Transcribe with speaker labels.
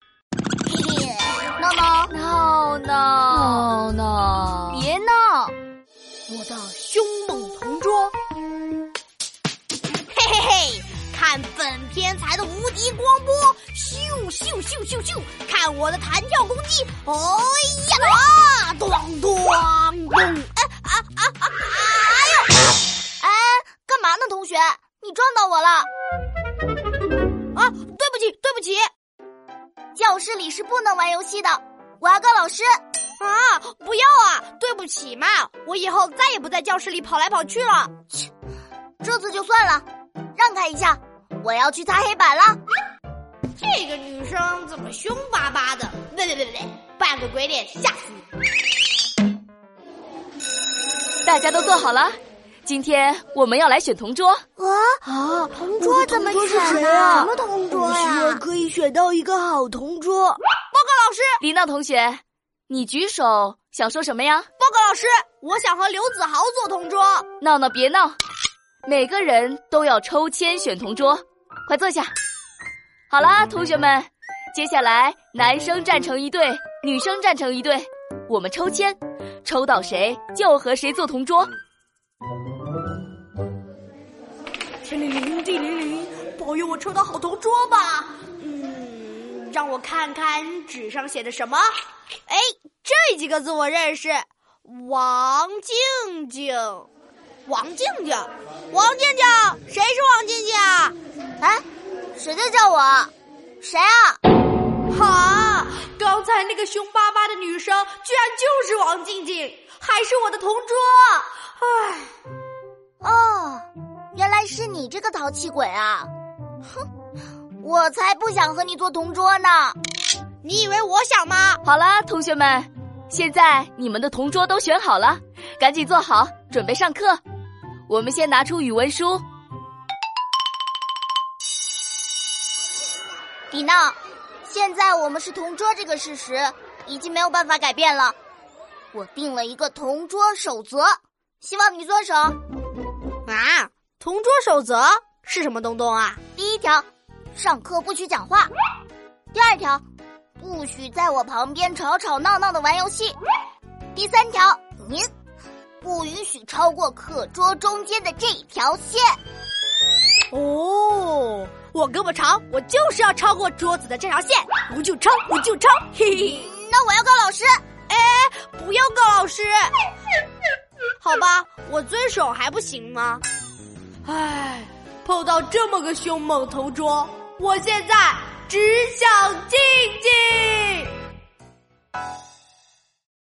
Speaker 1: 哦
Speaker 2: 哦
Speaker 3: 咻咻咻咻，看我的弹跳攻击！哎呀，啊，咚咚咚！哎啊啊啊！哎呦，哎，干嘛呢，同学？你撞到我了！啊，对不起，对不起。教室里是不能玩游戏的，我要告老师。
Speaker 4: 啊，不要啊！对不起嘛，我以后再也不在教室里跑来跑去了。
Speaker 3: 这次就算了，让开一下，我要去擦黑板了。
Speaker 4: 这个女生怎么凶巴巴的？喂喂喂喂，扮个鬼脸吓死你！
Speaker 2: 大家都坐好了，今天我们要来选同桌。
Speaker 1: 啊，同
Speaker 3: 桌怎么选啊
Speaker 1: 什么同桌
Speaker 3: 我啊
Speaker 1: 呀、
Speaker 3: 希
Speaker 2: 啊
Speaker 3: 望
Speaker 1: 可以选到一个好同桌。
Speaker 2: 李娜同学，你举手想说什么呀？
Speaker 4: 报告老师，我想和刘子豪做同桌。
Speaker 2: 闹闹别闹，每个人都要抽签选同桌，快坐下。好啦，同学们，接下来男生站成一队，女生站成一队，我们抽签，抽到谁就和谁做同桌。
Speaker 4: 天灵灵地灵灵，保佑我抽到好同桌吧。嗯，让我看看纸上写的什么。哎，这几个字我认识，王静静，王静静，王静静，谁是王静静啊？
Speaker 3: 哎，谁在叫我？谁啊？
Speaker 4: 哈！刚才那个凶巴巴的女生，居然就是王静静，还是我的同桌。哎唉，
Speaker 3: 哦，原来是你这个淘气鬼啊！哼，我才不想和你做同桌呢。
Speaker 4: 你以为我想吗？
Speaker 2: 好啦，同学们，现在你们的同桌都选好了，赶紧坐好，准备上课。我们先拿出语文书，
Speaker 3: 迪娜，现在我们是同桌这个事实已经没有办法改变了。我定了一个同桌守则，希望你遵守。
Speaker 4: 啊，同桌守则是什么东东啊？
Speaker 3: 第一条，上课不许讲话；第二条，不许在我旁边吵吵闹闹的玩游戏；第三条，您不允许超过课桌中间的这条线。
Speaker 4: 哦，我胳膊长，我就是要超过桌子的这条线，我就超，我就超，嘿嘿。
Speaker 3: 那我要告老师。
Speaker 4: 哎不要告老 师，好吧，我遵守还不行吗？唉，碰到这么个凶猛同桌，我现在只想静